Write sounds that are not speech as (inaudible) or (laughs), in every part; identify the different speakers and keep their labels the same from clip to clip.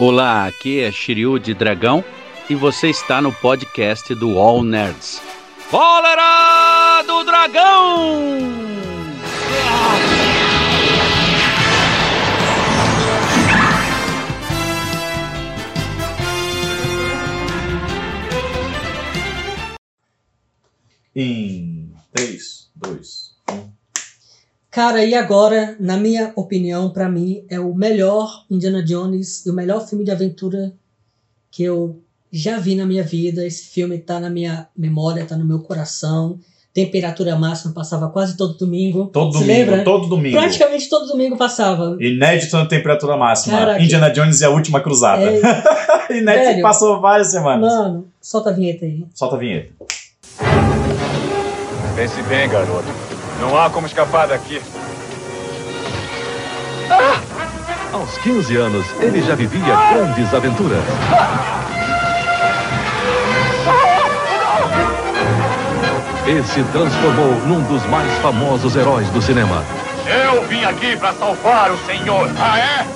Speaker 1: Olá, aqui é Shiryu de Dragão e você está no podcast do All Nerds. Cólera do Dragão!
Speaker 2: Em 3, 2, 1.
Speaker 3: Cara, e agora, na minha opinião, pra mim, é o melhor Indiana Jones e o melhor filme de aventura que eu já vi na minha vida. Esse filme tá na minha memória, tá no meu coração. Temperatura máxima passava quase todo domingo.
Speaker 2: Todo
Speaker 3: Se
Speaker 2: domingo,
Speaker 3: lembra?
Speaker 2: todo domingo.
Speaker 3: Praticamente todo domingo passava.
Speaker 2: Inédito na temperatura máxima.
Speaker 3: Caraca.
Speaker 2: Indiana Jones e a última cruzada.
Speaker 3: É,
Speaker 2: (laughs) Inédito
Speaker 3: velho.
Speaker 2: passou várias semanas.
Speaker 3: mano, solta a vinheta aí.
Speaker 2: Solta a vinheta.
Speaker 4: Pense bem, garoto. Não há como escapar daqui. Ah!
Speaker 5: Aos 15 anos, ele já vivia grandes aventuras. E se transformou num dos mais famosos heróis do cinema.
Speaker 4: Eu vim aqui para salvar o senhor. Ah, é?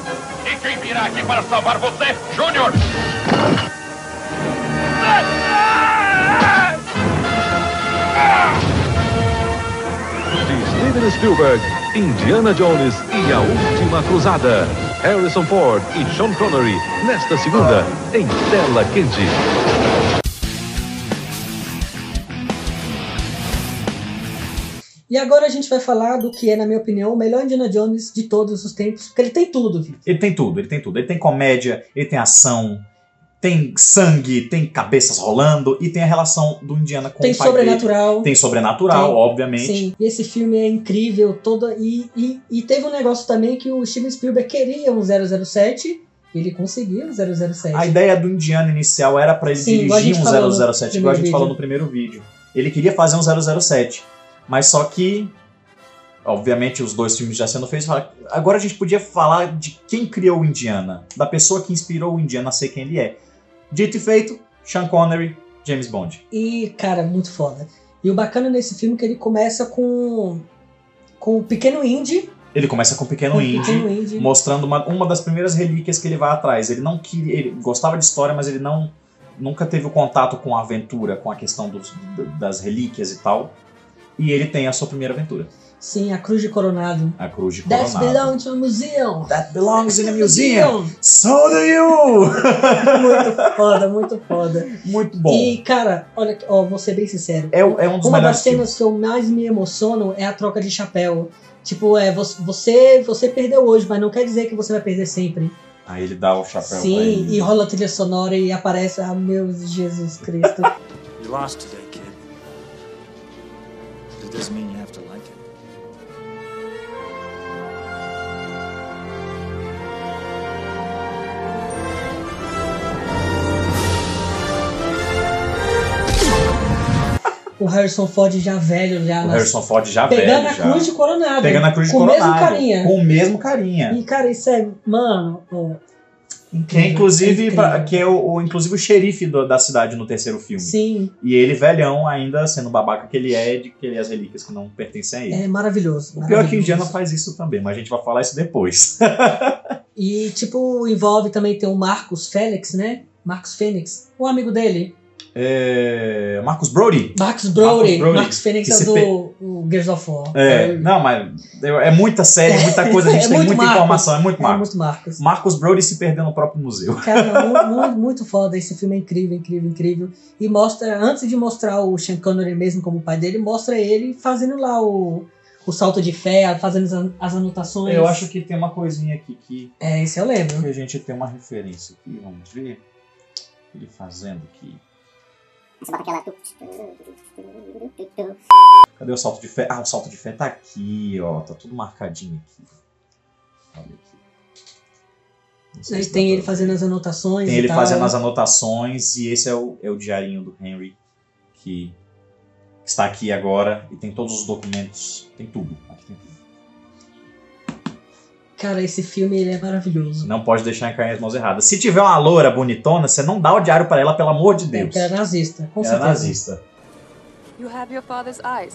Speaker 4: E quem virá aqui para salvar você, Júnior?
Speaker 5: De Steven Spielberg, Indiana Jones e A Última Cruzada. Harrison Ford e Sean Connery, nesta segunda, em Tela Quente.
Speaker 3: E agora a gente vai falar do que é, na minha opinião, o melhor Indiana Jones de todos os tempos, porque ele tem tudo, Vitor.
Speaker 2: Ele tem tudo, ele tem tudo. Ele tem comédia, ele tem ação, tem sangue, tem cabeças rolando e tem a relação do Indiana com
Speaker 3: Tem
Speaker 2: o pai dele.
Speaker 3: sobrenatural.
Speaker 2: Tem sobrenatural,
Speaker 3: Tem.
Speaker 2: obviamente.
Speaker 3: Sim, e esse filme é incrível toda e, e, e teve um negócio também que o Steven Spielberg queria um 007 e ele conseguiu um 007.
Speaker 2: A ideia do Indiana inicial era pra ele
Speaker 3: Sim, igual a
Speaker 2: dirigir
Speaker 3: gente
Speaker 2: um
Speaker 3: falou no
Speaker 2: 007, igual a gente
Speaker 3: primeiro
Speaker 2: falou
Speaker 3: vídeo.
Speaker 2: no primeiro vídeo. Ele queria fazer um 007, mas só que, obviamente, os dois filmes já sendo feitos, fala- agora a gente podia falar de quem criou o Indiana, da pessoa que inspirou o Indiana a ser quem ele é. Dito e feito, Sean Connery, James Bond.
Speaker 3: E cara, muito foda. E o bacana nesse filme é que ele começa com com o pequeno Indy,
Speaker 2: Ele começa com o Pequeno
Speaker 3: com o
Speaker 2: Indy,
Speaker 3: pequeno Indy.
Speaker 2: mostrando uma, uma das primeiras relíquias que ele vai atrás. Ele não queria, ele gostava de história, mas ele não nunca teve o contato com a aventura, com a questão dos- d- das relíquias e tal. E ele tem a sua primeira aventura,
Speaker 3: Sim, a Cruz de Coronado.
Speaker 2: a Cruz de
Speaker 3: That's
Speaker 2: Coronado.
Speaker 3: belong to a museum.
Speaker 2: That belongs
Speaker 3: (laughs)
Speaker 2: in a museum. So do you. (laughs)
Speaker 3: Muito foda, muito foda.
Speaker 2: Muito bom.
Speaker 3: E cara, olha, ó, vou ser bem sincero.
Speaker 2: É, o- é um dos
Speaker 3: Uma
Speaker 2: melhores
Speaker 3: das
Speaker 2: filmes.
Speaker 3: cenas que eu mais me emociono é a troca de chapéu. Tipo, é, vo- você, você perdeu hoje, mas não quer dizer que você vai perder sempre.
Speaker 2: Aí ele dá o chapéu. pra
Speaker 3: Sim,
Speaker 2: ele.
Speaker 3: e rola a trilha sonora e aparece, ah, meu Jesus Cristo.
Speaker 6: You lost today, kid. But it doesn't mean you have to like it.
Speaker 3: o Harrison Ford já velho, já.
Speaker 2: o
Speaker 3: nas-
Speaker 2: Harrison Ford já
Speaker 3: pegando
Speaker 2: velho,
Speaker 3: a cruz
Speaker 2: já.
Speaker 3: de coronado.
Speaker 2: Pegando a cruz de
Speaker 3: com
Speaker 2: Coronado.
Speaker 3: o mesmo carinha.
Speaker 2: Com o mesmo carinha.
Speaker 3: E, cara, isso é, mano... ó, incrível,
Speaker 2: Que é inclusive,
Speaker 3: incrível.
Speaker 2: pra- que é o, o- inclusive o xerife do- da cidade no terceiro filme.
Speaker 3: Sim,
Speaker 2: E ele, velhão, ainda sendo babaca que ele é, de querer as relíquias que não pertencem a ele.
Speaker 3: é maravilhoso.
Speaker 2: o pior é que o
Speaker 3: maravilhoso.
Speaker 2: Indiana faz isso também, mas a gente vai falar isso depois. (laughs)
Speaker 3: E, tipo, envolve também tem o Marcos Félix, né? Marcos Fênix, o amigo dele.
Speaker 2: É, Marcos Brody.
Speaker 3: Marcos Brody.
Speaker 2: Marcos Brody,
Speaker 3: Marcos Fênix
Speaker 2: que
Speaker 3: é
Speaker 2: se
Speaker 3: do
Speaker 2: pe-
Speaker 3: o Gears of War.
Speaker 2: É, não, mas é muita série,
Speaker 3: (laughs)
Speaker 2: muita coisa, a gente
Speaker 3: É
Speaker 2: tem
Speaker 3: muito
Speaker 2: muita
Speaker 3: Marcos.
Speaker 2: informação, é muito
Speaker 3: É
Speaker 2: Marcos.
Speaker 3: muito Marcos.
Speaker 2: Marcos Brody se perdeu no próprio museu.
Speaker 3: Cara, mu- mu- muito, (laughs) foda. Esse filme é incrível, incrível, incrível. E mostra, antes de mostrar o Sean Connery mesmo como pai dele, mostra ele fazendo lá o, o salto de fé, fazendo as, an- as anotações.
Speaker 2: Eu acho que tem uma coisinha aqui que,
Speaker 3: É, isso eu lembro.
Speaker 2: que a gente tem uma referência aqui, vamos ver. Ele fazendo aqui. Cadê o salto de fé? Ah, o salto de fé tá aqui, ó. Tá tudo marcadinho aqui. Olha aqui. Não sei
Speaker 3: Aí
Speaker 2: se dá
Speaker 3: tem
Speaker 2: pra
Speaker 3: ele
Speaker 2: ver.
Speaker 3: fazendo as anotações.
Speaker 2: Tem
Speaker 3: e
Speaker 2: ele
Speaker 3: tal.
Speaker 2: fazendo as anotações e esse é o, é o diarinho do Henry que está aqui agora e tem todos os documentos, tem tudo. Aqui tem tudo.
Speaker 3: Cara, esse filme ele é maravilhoso.
Speaker 2: Não pode deixar cair nas mãos erradas. Se tiver uma loura bonitona, você não dá o diário pra ela, pelo amor de
Speaker 3: É,
Speaker 2: Deus.
Speaker 3: porque era nazista, com
Speaker 2: Era
Speaker 3: certeza.
Speaker 2: nazista.
Speaker 7: You have your father's eyes.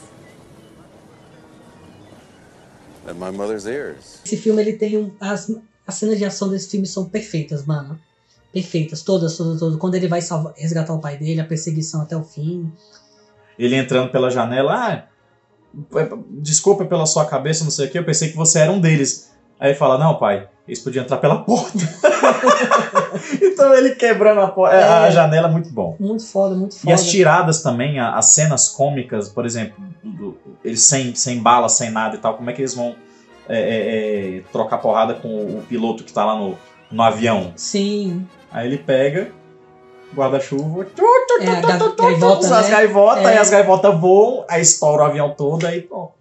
Speaker 8: and my mother's ears.
Speaker 3: Esse filme ele tem um, as, as cenas de ação desse filme são perfeitas, mano. perfeitas, todas, todas, todas. Quando ele vai salvar, resgatar o pai dele, a perseguição até o fim.
Speaker 2: Ele entrando pela janela, ah, é, desculpa pela sua cabeça, não sei o que, eu pensei que você era um deles. Aí ele fala, não, pai, eles podiam entrar pela porta. (laughs) então ele quebrando a, por- a
Speaker 3: É.
Speaker 2: janela, muito bom.
Speaker 3: Muito foda, muito foda.
Speaker 2: E as tiradas também, a- as cenas cômicas, por exemplo, do- do- eles sem, sem bala, sem nada e tal, como é que eles vão é, é, é, trocar porrada com o piloto que tá lá no, no avião?
Speaker 3: Sim.
Speaker 2: Aí ele pega, guarda-chuva, tu, tu,
Speaker 3: É, a
Speaker 2: tu,
Speaker 3: ga-
Speaker 2: tu, tu,
Speaker 3: gaivota,
Speaker 2: tu, as
Speaker 3: né?
Speaker 2: gaivotas,
Speaker 3: É.
Speaker 2: aí as gaivotas voam, aí estoura o avião todo, aí pô.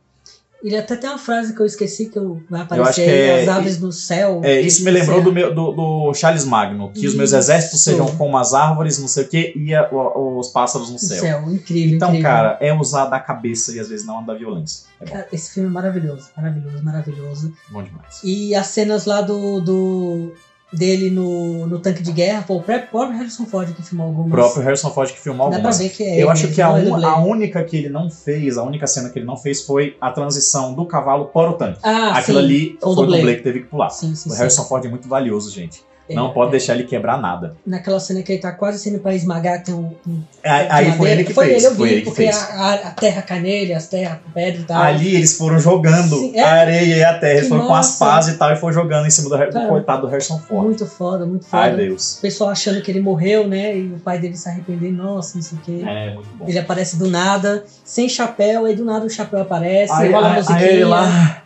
Speaker 3: Ele até tem uma frase que eu esqueci que eu- vai
Speaker 2: Eu acho
Speaker 3: aparecer
Speaker 2: que
Speaker 3: aí,
Speaker 2: é-
Speaker 3: as aves no céu.
Speaker 2: É, isso me lembrou
Speaker 3: Sei
Speaker 2: do,
Speaker 3: lá.
Speaker 2: meu- do, do Charles Magno, que os meus
Speaker 3: Isso.
Speaker 2: exércitos sejam como as árvores, não sei o que, e a- o- os pássaros no
Speaker 3: no céu.
Speaker 2: céu.
Speaker 3: Incrível,
Speaker 2: Então,
Speaker 3: incrível.
Speaker 2: cara, é usar da cabeça e às vezes não da violência. É bom,
Speaker 3: Cara, Esse filme é maravilhoso, maravilhoso, maravilhoso.
Speaker 2: bom demais.
Speaker 3: E as cenas lá do, do dele no, no tanque de guerra, pô, o pré- próprio Harrison Ford que filmou
Speaker 2: O
Speaker 3: algumas.
Speaker 2: próprio Harrison Ford que filmou
Speaker 3: Dá pra
Speaker 2: algumas.
Speaker 3: ver que é
Speaker 2: Eu
Speaker 3: ele
Speaker 2: acho
Speaker 3: mesmo,
Speaker 2: que a, um,
Speaker 3: não é
Speaker 2: un-
Speaker 3: dublê.
Speaker 2: a única que ele não fez, a única cena que ele não fez foi a transição do cavalo para o tanque.
Speaker 3: Ah,
Speaker 2: Aquilo
Speaker 3: sim.
Speaker 2: ali
Speaker 3: foi o
Speaker 2: foi o
Speaker 3: dublê.
Speaker 2: dublê que teve que pular.
Speaker 3: Sim, sim,
Speaker 2: O
Speaker 3: sim.
Speaker 2: Harrison Ford é muito valioso, gente.
Speaker 3: É,
Speaker 2: Não pode
Speaker 3: é.
Speaker 2: deixar ele quebrar nada.
Speaker 3: Naquela cena que ele tá quase sendo pra esmagar, tem um. um
Speaker 2: É, Aí foi ele que
Speaker 3: foi
Speaker 2: fez.
Speaker 3: Ele, eu vi,
Speaker 2: Foi ele que
Speaker 3: porque
Speaker 2: fez.
Speaker 3: A, a- a terra cai nele, as terras, a pedra tá? e tal.
Speaker 2: Ali eles foram jogando
Speaker 3: Sim, é.
Speaker 2: a areia e a terra. Eles
Speaker 3: Que
Speaker 2: foram com as
Speaker 3: massa.
Speaker 2: pás e tal e foram jogando em cima do, Har- do
Speaker 3: Cara,
Speaker 2: coitado do Harrison Ford.
Speaker 3: Muito foda, muito
Speaker 2: Ai,
Speaker 3: foda.
Speaker 2: Deus.
Speaker 3: o pessoal achando que ele morreu, né? E o pai dele se arrependendo, nossa, não sei o quê.
Speaker 2: É, muito bom.
Speaker 3: Ele aparece do nada, sem chapéu, aí do nada o chapéu aparece, aí,
Speaker 2: Aí,
Speaker 3: rola a
Speaker 2: aí-
Speaker 3: musiquinha.
Speaker 2: aí ele lá.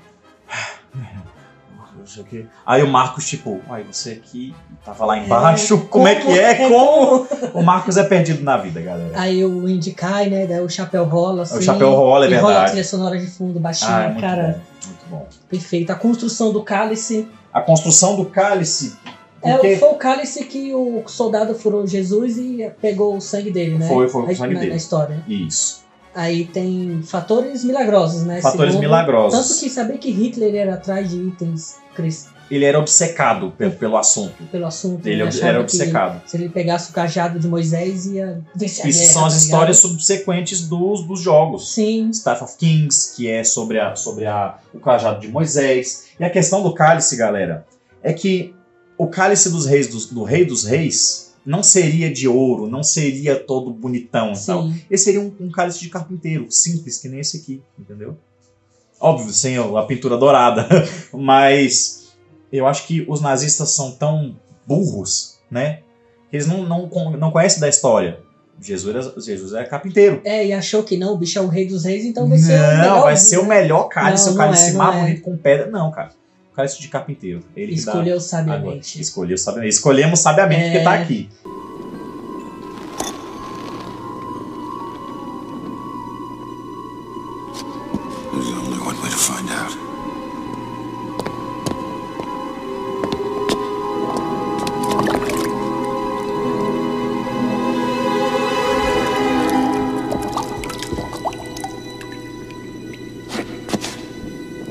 Speaker 2: não sei o quê. Aí o Marcos, tipo, aí você aqui tava lá embaixo, como, é que é? Como? O Marcos é perdido na vida, galera.
Speaker 3: Aí o Indy cai, né? Daí o chapéu rola, assim.
Speaker 2: o chapéu rola, é
Speaker 3: e rola a
Speaker 2: verdade.
Speaker 3: trilha sonora de fundo, baixinho,
Speaker 2: Ah, é muito
Speaker 3: cara.
Speaker 2: bom, muito bom.
Speaker 3: Perfeito. A construção do cálice.
Speaker 2: A construção do cálice.
Speaker 3: É,
Speaker 2: porque
Speaker 3: foi o cálice que o soldado furou Jesus e pegou o sangue dele, né?
Speaker 2: Foi- foi o
Speaker 3: Aí,
Speaker 2: sangue
Speaker 3: na,
Speaker 2: dele.
Speaker 3: Na história.
Speaker 2: Isso.
Speaker 3: Aí tem fatores milagrosos, né?
Speaker 2: Fatores
Speaker 3: Segundo-
Speaker 2: milagrosos.
Speaker 3: Tanto que saber que Hitler era atrás de itens crist-
Speaker 2: Ele era obcecado pe- pelo assunto.
Speaker 3: pelo assunto.
Speaker 2: Ele
Speaker 3: né?
Speaker 2: ob-
Speaker 3: Achava
Speaker 2: era
Speaker 3: que
Speaker 2: obcecado.
Speaker 3: Se ele pegasse o cajado de Moisés, ia vencer a
Speaker 2: Que
Speaker 3: guerra,
Speaker 2: são as
Speaker 3: tá ligado?
Speaker 2: histórias subsequentes dos, dos jogos.
Speaker 3: Sim,
Speaker 2: Staff of Kings, que é sobre, a, sobre a, o cajado de Moisés. E a questão do cálice, galera, é que o cálice dos reis, dos- do, rei dos reis, não seria de ouro, não seria todo bonitão e tal.
Speaker 3: sim.
Speaker 2: Ele seria um, um cálice de carpinteiro, simples, que nem esse aqui, entendeu? Óbvio, sem a a pintura dourada, (laughs) mas eu acho que os nazistas são tão burros, né? Que eles não, não, con- não conhecem da história. Jesus era, Jesus era carpinteiro.
Speaker 3: É, e achou que não, o bicho é o rei dos reis, então vai
Speaker 2: não,
Speaker 3: ser o melhor. né?
Speaker 2: vai ser o melhor cálice, o
Speaker 3: Não, não
Speaker 2: cálice
Speaker 3: é,
Speaker 2: mais
Speaker 3: não é.
Speaker 2: bonito com pedra. Não, cara. O cálice de carpinteiro. Ele que dá
Speaker 3: Escolheu
Speaker 2: água.
Speaker 3: sabiamente.
Speaker 2: Escolheu sabiamente. Escolhemos sabiamente
Speaker 3: É.
Speaker 2: porque tá aqui.
Speaker 6: There's only one way to find out.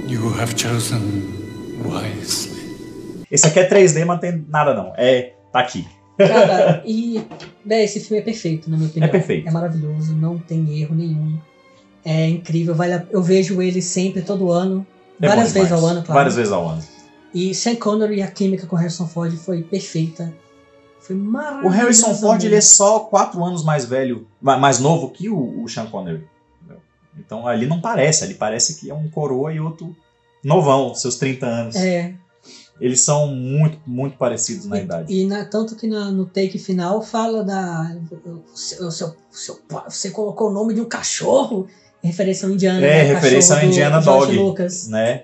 Speaker 8: You have chosen wisely.
Speaker 2: Esse aqui é 3D, mas não tem nada não. É, tá aqui.
Speaker 3: Cara, e bem, esse filme é perfeito, na minha opinião.
Speaker 2: É perfeito.
Speaker 3: É maravilhoso, não tem erro nenhum. É incrível, vale a- eu vejo ele sempre, todo ano.
Speaker 2: É
Speaker 3: várias
Speaker 2: bom
Speaker 3: vezes
Speaker 2: demais.
Speaker 3: ao ano, claro.
Speaker 2: Várias vezes ao ano.
Speaker 3: E Sean Connery e a química com Harrison Ford foi perfeita. Foi maravilhoso.
Speaker 2: O Harrison Ford, ele é só 4 anos mais velho, ma- mais novo que o, o Sean Connery. entendeu? Então ali não parece, ali parece que é um coroa e outro novão, seus 30 anos.
Speaker 3: É,
Speaker 2: Eles são muito, muito parecidos assim, na idade.
Speaker 3: E na- tanto que na- no take final fala da. O seu, o seu- o seu pa- você colocou o nome de um cachorro? Em Referência ao Indiana.
Speaker 2: É,
Speaker 3: né? O
Speaker 2: referência ao
Speaker 3: cachorro do
Speaker 2: Indiana
Speaker 3: George
Speaker 2: Dog.
Speaker 3: Lucas.
Speaker 2: né?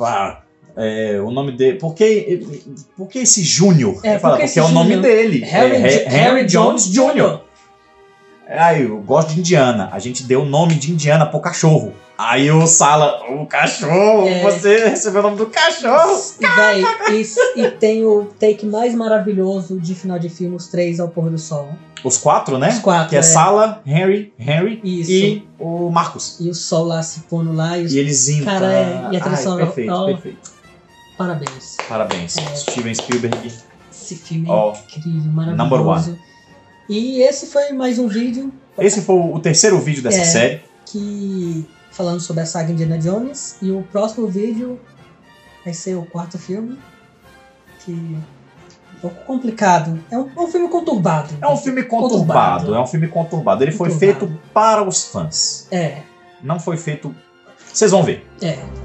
Speaker 2: Ah, é, o nome dele. Por que, por que esse Júnior?
Speaker 3: É,
Speaker 2: Eu falo,
Speaker 3: por que
Speaker 2: porque é o
Speaker 3: esse
Speaker 2: nome
Speaker 3: Júnior?
Speaker 2: dele.
Speaker 3: Harry,
Speaker 2: é,
Speaker 3: Jo-
Speaker 2: Harry Jones Jr.
Speaker 3: Jr.
Speaker 2: Aí eu gosto de Indiana. A gente deu o nome de Indiana pro cachorro. Aí o Sala, o cachorro,
Speaker 3: É.
Speaker 2: você recebeu o nome do cachorro.
Speaker 3: E, véi, e, e tem o take mais maravilhoso de final de filme, os três ao pôr do sol.
Speaker 2: Os quatro, né?
Speaker 3: Os quatro.
Speaker 2: Que é
Speaker 3: é.
Speaker 2: Sala, Harry, Harry
Speaker 3: Isso. E...
Speaker 2: e o Marcos.
Speaker 3: o sol lá se pondo lá. E os...
Speaker 2: E eles entram.
Speaker 3: Cara, é, e a
Speaker 2: Ai,
Speaker 3: trilha sonora-
Speaker 2: perfeito,
Speaker 3: ó.
Speaker 2: perfeito.
Speaker 3: Parabéns.
Speaker 2: Parabéns.
Speaker 3: É.
Speaker 2: Steven Spielberg.
Speaker 3: Esse filme é
Speaker 2: Ó,
Speaker 3: incrível,
Speaker 2: number
Speaker 3: maravilhoso. E esse foi mais um vídeo
Speaker 2: Esse foi o terceiro vídeo dessa
Speaker 3: É.
Speaker 2: série.
Speaker 3: que falando sobre a saga Indiana Jones e o próximo vídeo vai ser o quarto filme que é um pouco complicado. É um, é um filme conturbado.
Speaker 2: É um filme conturbado, é um filme conturbado. Ele foi
Speaker 3: Conturbado.
Speaker 2: feito para os fãs.
Speaker 3: É,
Speaker 2: Não foi feito. Vocês vão ver.
Speaker 3: é.